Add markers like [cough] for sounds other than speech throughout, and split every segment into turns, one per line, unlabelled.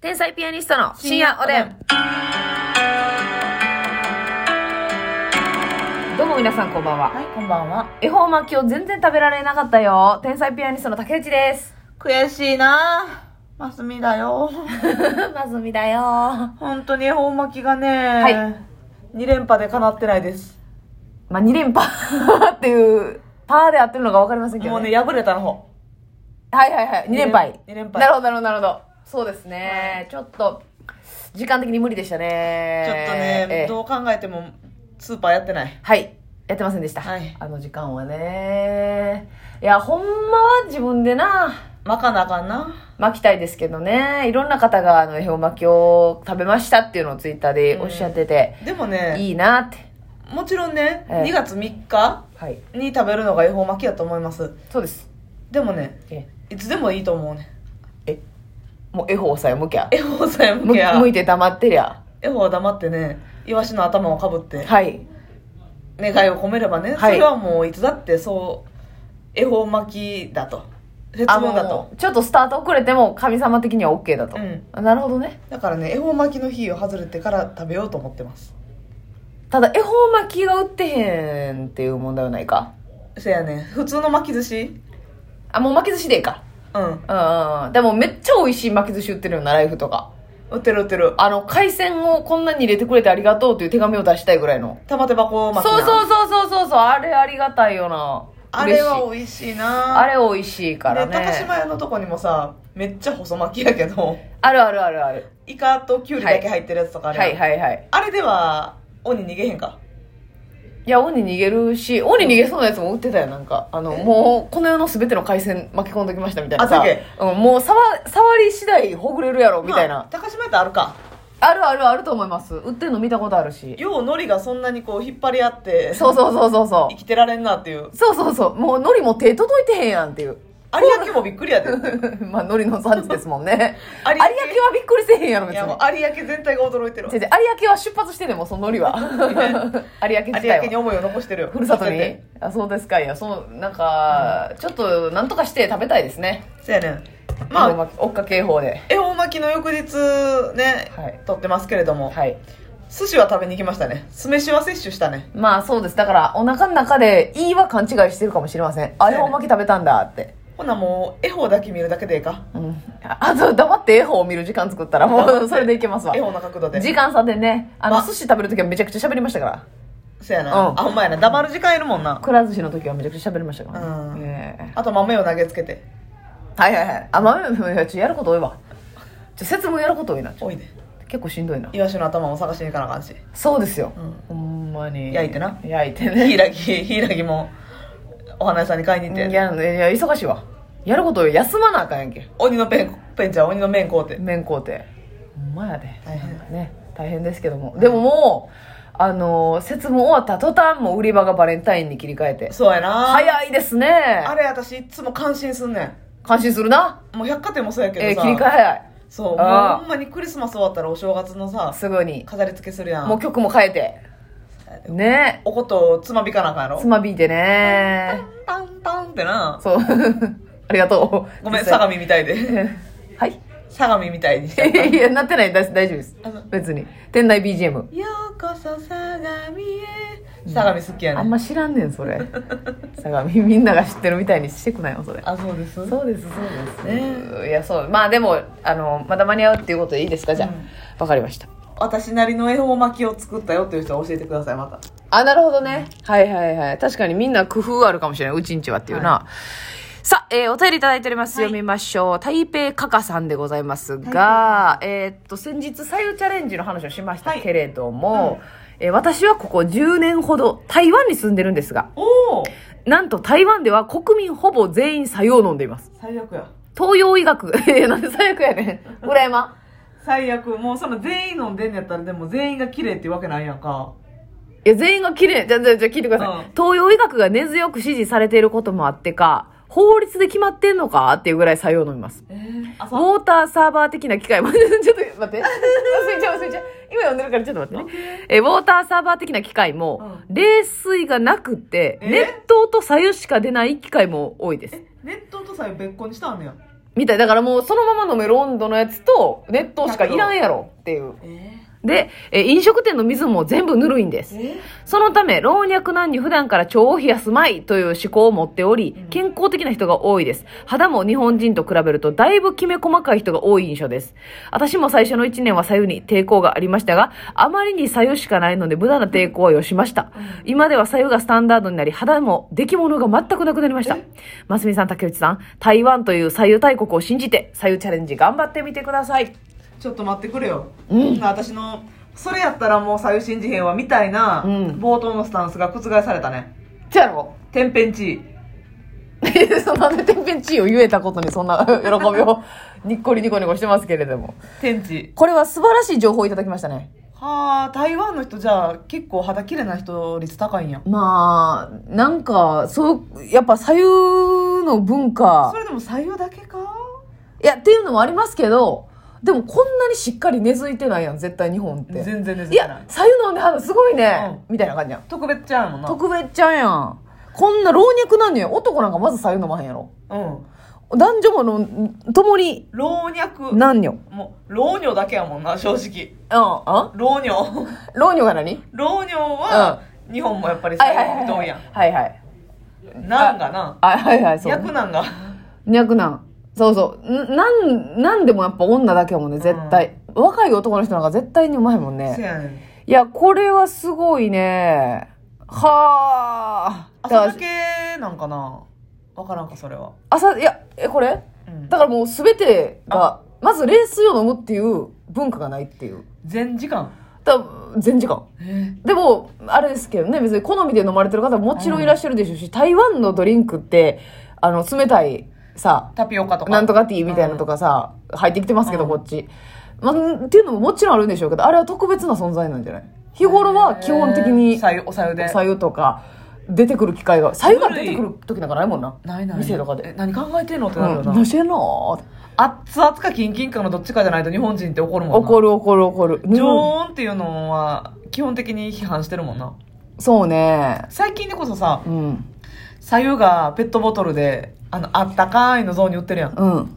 天才ピアニストの深夜おでん。どうも皆さんこんばんは。
はい、こんばんは。
恵方巻きを全然食べられなかったよ。天才ピアニストの竹内
[laughs]
です。
悔しいなぁ。マスミだよ。
まずみだよ。
本当に恵方巻きがね、
い
2連覇で叶ってないです。
まあ、2連覇 [laughs] っていう、パーでやってるのか分かりませんけ
も
ど、
う
ね。
ね、破れたの方。
はいはいはい。2連敗。
二連敗
なるほどなるほどなるほど。そうですね。ちょっと、時間的に無理でしたね。
ちょっとね、
ええ
どう考えてもスーパーやってない。
はい。やってませんでした。
はい
あの時間はね。いや、ほんまは自分でな、
まかなあかんな。
巻きたいですけどね。いろんな方が、あの、恵方巻きを食べましたっていうのをツイッターでおっしゃってて、
でもね、
いいなって。
もちろんね、
ええ
2月3日
はい。
に食べるのが恵方巻きやと思います。
そうです。
でもね、
え、
いつでもいいと思うね。
もう恵方さえ向きゃ。
恵方さえ向
向
けや
向、いて黙ってりゃ。
恵方は黙ってね、イワシの頭をかぶって、
はい。
願いを込めればね、
はい
それはもういつだってそう恵方巻きだと節
あ
分だと
もうちょっとスタート遅れても神様的には OK だと、
うん
あなるほどね
だからね恵方巻きの日を外れてから食べようと思ってます
ただ恵方巻きが売ってへんっていう問題はないか
せやね普通の巻き寿司
あもう巻き寿司でいいか
うん
うんうんでもめっちゃ美味しい巻き寿司売ってるよなライフとか
売ってる売ってる
あの海鮮をこんなに入れてくれてありがとうという手紙を出したいぐらいの
玉手
そう
箱巻きな
そうそうそうそうそうあれありがたいよな
あれ
嬉し
はい美味しいな
あれ美味しいから
で
ね
高島屋のとこにもさめっちゃ細巻きやけど
あるあるあるある
イカとキュウリだけ入ってるやつとかあるや
はい
ん
はいはい
あれでは鬼逃げへんか
いや鬼逃げるし鬼逃げそうなやつも売ってたよなんかあのもうこの世の全ての海鮮巻き込んできましたみたいなさ
あそうやっ、
うん、もう触触り次第ほぐれるやろみたいな、
まあ高島屋ってあるか
あるあるあると思います売ってんの見たことあるし
よう海苔がそんなにこう引っ張り合って
そうそうそうそうそう
生きてられんなっていう
そうそうそうもう海苔も手届いてへんやんっていう [laughs]
あれだけもびっくりやで。
まあ海苔の産地ですもんね
[laughs] 有
有明
明
はびっくりせへんやろ
い
別に
やもう有明全体が驚いてるわ
違う違う有明は出発してんねんもうその海苔
[laughs]
は有明自
有明
体
に
は
思いを残してるよ
ふるさと
捨て
にあそうですかいやそうなんか、ちょっとなんとかして食べたいですね
てせやねん
ま
まあ
あ追っかけ法で
恵方巻きの翌日ね、
はい
撮ってますけれども、
はい
寿司は食べに行きましたね酢飯は摂取したね
まあそうですだからお腹の中で「いい」は勘違いしてるかもしれません「あ恵方巻き食べたんだ」って
ほなもう恵方だけ見るだけでええか
うんああと黙って恵方を見る時間作ったらも
黙っ
う
て
それでいけますわ
恵方の角度で
時間差でねあの
ま
寿司食べる時はめちゃくちゃ喋りましたから
せやな、
うん
あほんまやな黙る時間いるもんな
くら寿司の時はめちゃくちゃ喋りましたから、
うん
ええ
あと豆を投げつけて
はいはいはいあ豆もいやちょっとやること多いわちょ節分やること多いなちょ
おいで
結構しんどいな
イワシの頭も探しに行かなあか
[laughs]
んし
そうですよ、ほ
うん
んまに
焼いてな
焼いて
ヒイ
ね
ラギヒイラギもお花屋さんに買いに行っ
い
て
やいや忙しいわやること多い休まなあかんやんけ
鬼のペンペンちゃん鬼の麺買うて
麺工程ほんまやで
大変
なんかね大変ですけどもでももうあのー節分終わった途端もう売り場がバレンタインに切り替えて
そうやな
早いですね
あれ私いつも感心すんね。
感心するなん
もう百貨店もそうやけ
えー
どさ。
切り替え早い
そう。もう
あー
ほんまにクリスマス終わったらお正月のさ、
すぐに
飾り付けするやん。
もう曲も変えてね
おことをつまびかなあかんやろ
つ。まびいてね
タンタンってな。
そう [laughs] ありがとう
ごめん、
実際
相模みたいで。
[laughs] はい
相模みたいにし
い
ちゃっ
やい [laughs] やなってない大大丈夫です
あの
別に店内 BGM
た。ようこそ相模へ。相模好きや
あ
ね
ん。ま知らんねんそれ相模みんなが知ってるみたいにしてくないよそれ
あ、そうです。う
そうですそうですねいやそうまあでもあのまだ間に合うっていうことでいいですかじゃあ、
うん
わかりました
私なりの恵方巻きを作ったよっていう人は教えてください、また。
あなるほどねはいはいはい確かにみんな工夫あるかもしれないうちんちはっていうな、さあ、えーお便りいただいております。
はい
読みましょう。台北カカさんでございますが、えーっと、先日、左右チャレンジの話をしましたけれども、えー私はここ10年ほど台湾に住んでるんですが、
おお
なんと台湾では国民ほぼ全員左右を飲んでいます。
最悪や。
東洋医学、 [laughs] えーなんで最悪やねん。村山。
最悪。もうその全員飲んでんねやったら、でも全員が綺麗ってわけないやんか。
いや、全員が綺麗。じゃあ、じゃあ、じゃあ聞いてください、
うん
東洋医学が根強く支持されていることもあってか、法律で決まってんのかっていうぐらい採用飲みます。
えー、あ、
ウ
そう
ォーターサーバー的な機械 [laughs] も、ちょっと待って。忘れちゃう、忘れちゃう。今読んでるからちょっと待ってね。え、ウォーターサーバー的な機械も、冷水がなくて、
え
熱湯と左右しか出ない機械も多いです。
熱湯とさえ別個にしたんねや
みたい。だからもうそのまま飲める温度のやつと熱湯しかいらんやろっていう。
え
で、えー飲食店の水も全部ぬるいんです。
え
そのため、老若男女普段から腸を冷やすまいという思考を持っており、健康的な人が多いです。肌も日本人と比べるとだいぶきめ細かい人が多い印象です。私も最初の1年は左右に抵抗がありましたが、あまりに左右しかないので無駄な抵抗はよしました。今では左右がスタンダードになり、肌も出来物が全くなくなりました。ますみさん、竹内さん、台湾という左右大国を信じて、左右チャレンジ頑張ってみてください。
ちょっと待ってくれよ、うん、私のそれやったらもう左右信じへんわみたいな、
うん
冒頭のスタンスが覆されたね
じゃろ
天変地異
え [laughs] そんなね、てんぺん地位を言えたことにそんな [laughs] 喜びをにっこりにこにこしてますけれども。
天地
これは素晴らしい情報をいただきましたね。
はあ台湾の人じゃあ結構肌綺麗な人率高いんや
まあ、なんか、そう、やっぱ左右の文
そ
化、
れでも左右だけか
いや、っていうのもありますけど、でもこんなにしっかり根付いてないやん、絶対日本って。
全然全
い
然な
や
い、
左右の肌すごいね、みたいな感じやん。
特別ちゃうもんな
特別ちゃんやん。こんな老若男女やん男なんかまず左右飲まへんやろ。
うん
男女もの、共に
老若
男女。うん、
もう老女だけやもんな正直
あ
老女
老女が何
老女は、日本もやっぱり
はい
左
はいはい
右人多
はいい
や。
はいはい。
んなんがな
あ、はいはい、そう。
役なん [laughs] が
脈なん。そうそう。んなん、なんでもやっぱ女だけやもんね、絶対。若い男の人なんか絶対にうまいもん
せ
ね。
やねん
いや、これはすごいね。はあ。
朝
だ
だ
から
けなんかなわからんかそれは、
朝、いや、え、これ
うん
だからもうすべてが、まず冷水を飲むっていう文化がないっていう。
全時間
だから全時間。でも、あれですけどね、別に好みで飲まれてる方ももちろんいらっしゃるでしょうし、台湾のドリンクって、あの、冷たい、さ、
タピオカとか
なんとかティーみたいなのとかさ、入ってきてますけど、
うん
こっち、まあ。っていうのももちろんあるんでしょうけど、あれは特別な存在なんじゃない日頃は基本的
えー
に、
左右おさゆで
左右とか、出てくる機会が、左右が出てくる時なんかないもんな。
ないない
店とかで
え何考えてんのって
うん
なるよな、
何してんの
熱々かキンキンかのどっちかじゃないと日本人って怒るもんな
怒る怒る怒る。
常
うん
温っていうのは基本的に批判してるもんな
そうね。
最近でこそさ
うん。
左右がペットボトルであのあったかいのゾーンに売ってるやん
うん。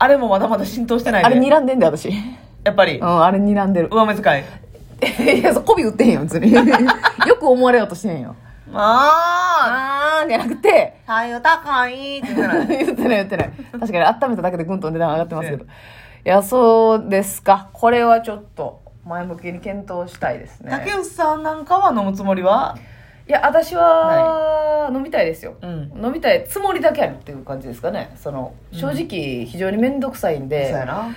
あれもまだまだ浸透してないで
あれ睨んでんだよ、私。
やっぱり、
うん、あれ睨んでる。 [laughs]
上目遣い
いや、そこび売ってへんよ、別に。 [laughs] よく思われようとしてへんよ。
まあ
あーじゃなくて、
左右高いって言ってない
[laughs] 言ってない言って
[laughs]
ない。確かに温めただけでぐんと値段上がってますけど。いや、そうですか。これはちょっと前向きに検討したいです
竹
ね。
内さんなんかは飲むつもりはい
や、私は飲みたいですよ。
うん
飲みたいつもりだけあるっていう感じですかね。その、正直非常に面倒くさいんで、
な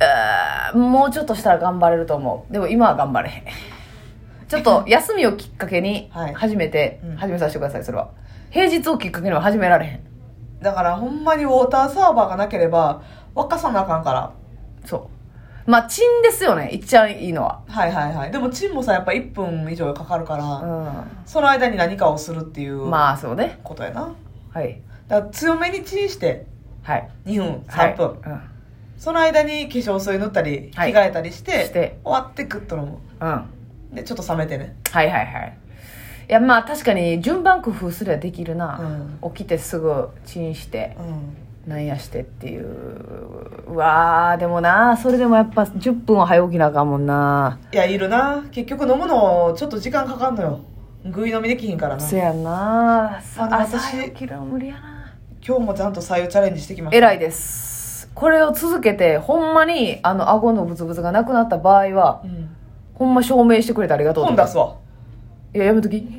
あーもうちょっとしたら頑張れると思う。でも今は頑張
[laughs]
れへん。ちょっと休みをきっかけに
はい
始めて
うん、
始めさせてください、それは。平日をきっかけには始められへん。
だからほんまにウォーターサーバーがなければ沸かさなあかんから
そう。まあ、チンですよね、いっちゃいいのは。
はいはいはいでもチンもさやっぱ1分以上かかるから、
う。
その間に何かをするっていうん
まあ、そうね。
ことやな、
はい。
だから強めにチンして
はい。
2分3分、
はい
その間に化粧水塗ったり着
はい
替えたりして,、
して
終わってグッと飲む
うん。うん。はい
でちょっと冷めてね
はいはい。いや、まあ、確かに順番工夫すりゃできるな。起きてすぐチンして、
うん
なんやしてっていう。うわー、でもな、それでもやっぱ10分は早起きなあかんもんな。
いやいるな結局飲むのちょっと時間かかんのよぐい飲みできひんからな
せやな
あ
さ
の
朝
私
早起きるの無理やな。
今日もちゃんと左右チャレンジしてきました
偉いです。これを続けて、ほんまに、あの、顎のブツブツがなくなった場合は、
うん
ほんま証明してくれてありがとうと
本出すわ
いや、やめとき。 [laughs] い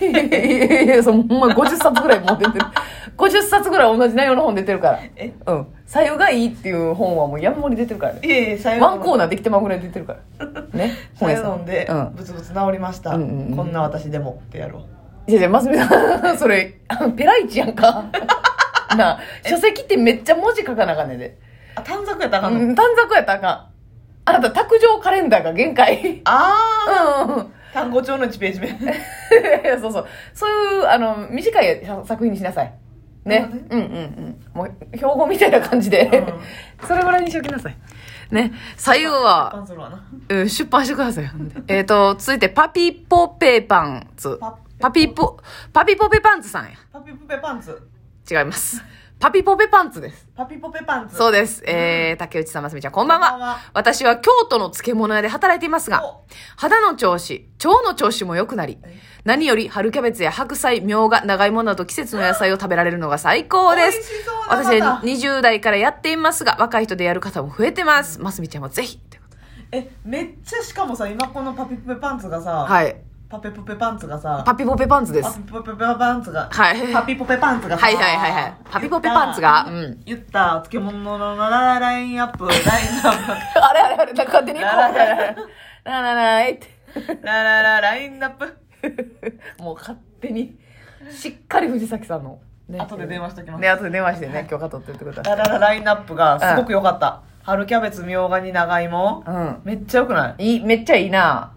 やいやいや、そのほんま50冊ぐらいもう出てる。50冊ぐらい同じ内容の本出てるから。
え
うん。採用がいいっていう本はもう山盛り出てるからね。
いえいえ左右
ワンコーナーできてまうぐらい出てるから。ね。本屋
左右
さ
飲ん
ん。
で
うん
ブツブツ治りました、
うんうんうん
こんな私でもってやろ
いやいや、ますみさん、 [laughs] それ、あのペライチやんか。なあ、書籍ってめっちゃ文字書かなあかんねんで。
うあ短冊やったらあかんの、
うん、短冊やったらあかん。あなた、卓上カレンダーが限界。
ああ
うんうん。
単語帳の1ページ目
[laughs] そうそう。そういう、あの、短い作品にしなさい。ね。うんうんうん。もう、標語みたいな感じで。それぐらいにしときなさい。ね。左右は、
パンするわな
うん出版してください。ほんでえっと、続いて、パピポペパンツ
パ。
パピポ、パピポペパンツさん
パピプペパンツ
や。違います。パピポペパンツです。
パピポペパンツ。
そうです。えー、竹内さん、ますみちゃん、こんばん
こんばん
は
は。
私は京都の漬物屋で働いていますが
お、
肌の調子、腸の調子も良くなり
え、
何より春キャベツや白菜、みょうが、長芋など季節の野菜を食べられるのが最高で
美味し
す
そう。だ
私
ま
は
た
20代からやっていますが、若い人でやる方も増えてます。ますみちゃんもぜひ。ということで
え、めっちゃしかもさ、今このパピポペパンツがさ、
はい。
パピポペパンツがさ、
パピポペパンツで
パ
す。
ピポペパンツが、
はい
パピポペパンツがさ
はいはいはいはいパピポペパンツが [laughs] うん
言った、漬物のラララインアップ、ラインアッ
あれあれあれ、なんか勝手に行こう。
ラララ
ラララいって。
プ、ララララインアップ。
[laughs] もう勝手に、しっかり藤崎さんの。ね
後で電話しときます
ね、後で電話してね、許可取ってってくださ
ラ
い。
ラララインナップがすごく良かった。春キャベツ、みょうがに長芋。
う
めっちゃ良くな
ん。
い
いい、めっちゃいいな。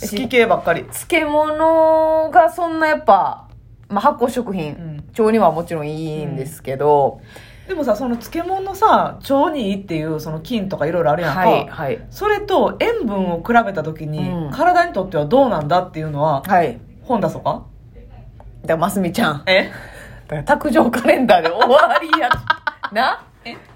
好き系ばっかり。
漬物がそんなやっぱ、まあ、発酵食品、
ん
腸にはもちろんいいんですけど、
でもさ、その漬物のさ、腸にいいっていうその菌とかいろいろあるやんか。
はいはい
それと塩分を比べた時に、
うん
体にとってはどうなんだっていうのは、
はい
本出そうか
だからますみちゃん
え
だから卓上カレンダーで終わり
[laughs]
やな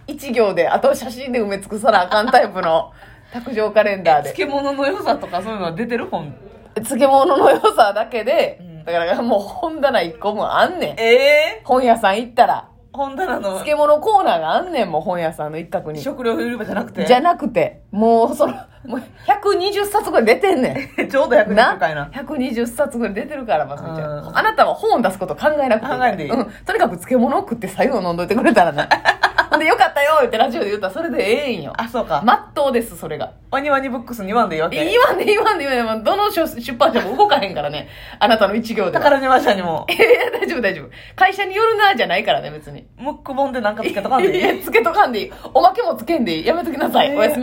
一行であと写真で埋め尽くさなあかんタイプの卓上カレンダーで
漬物の良さとかそういうのは出てる本
漬物の良さだけで、
うん
だからもう本棚一個もあんねん
ええ
本屋さん行ったら
本棚の
漬物コーナーがあんねんもう本屋さんの一角に
食料売り場じゃなくて
じゃなくてもうそのもう120冊ぐらい出てんねん
ちょうど100
な
人かいな
120冊ぐらい出てるからますみちゃ
うんん
あなたは本を出すこと考えなくて
考えんでいい
うん、とにかく漬物を食って最後飲んどいてくれたら
[laughs]
なほんでよかったよってラジオで言ったらそれでええんよ
あそうか、
まっとうですそれが
ワニワニブックス2万でいいわけ
言わんで言わんで言わんでどの書出版社も動かへんからねあなたの一行では
宝島社にも
いやいや [laughs] 大丈夫大丈夫会社によるなじゃないからね別に
ムック本でなんかつけとかんでいい
いやつけとかんでいいおまけもつけんでいいやめときなさい、
えー
おやすみ